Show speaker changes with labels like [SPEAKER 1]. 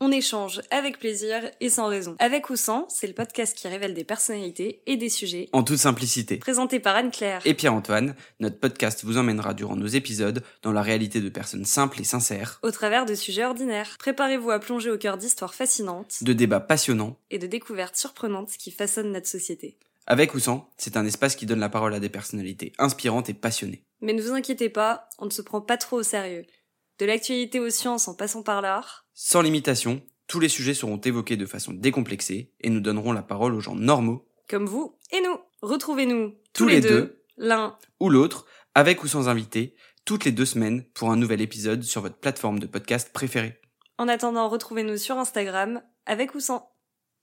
[SPEAKER 1] On échange avec plaisir et sans raison. Avec ou sans, c'est le podcast qui révèle des personnalités et des sujets.
[SPEAKER 2] En toute simplicité.
[SPEAKER 1] Présenté par Anne-Claire.
[SPEAKER 2] Et Pierre-Antoine, notre podcast vous emmènera durant nos épisodes dans la réalité de personnes simples et sincères,
[SPEAKER 1] Au travers de sujets ordinaires. Préparez-vous à plonger au cœur d'histoires fascinantes
[SPEAKER 2] de débats passionnants.
[SPEAKER 1] et de découvertes surprenantes qui façonnent notre société.
[SPEAKER 2] Avec ou sans, c'est un espace qui donne la parole à des personnalités inspirantes et passionnées.
[SPEAKER 1] Mais ne vous inquiétez pas, on ne se prend pas trop au sérieux. De l'actualité aux sciences en passant par l'art,
[SPEAKER 2] Sans limitation, tous les sujets seront évoqués de façon décomplexée et nous donnerons la parole aux gens normaux,
[SPEAKER 1] comme vous et nous. Retrouvez-nous tous,
[SPEAKER 2] Tous les deux.
[SPEAKER 1] l'un
[SPEAKER 2] ou l'autre, avec ou sans invité, toutes les deux semaines pour un nouvel épisode sur votre plateforme de podcast préférée.
[SPEAKER 1] En attendant, retrouvez-nous sur Instagram avec ou sans.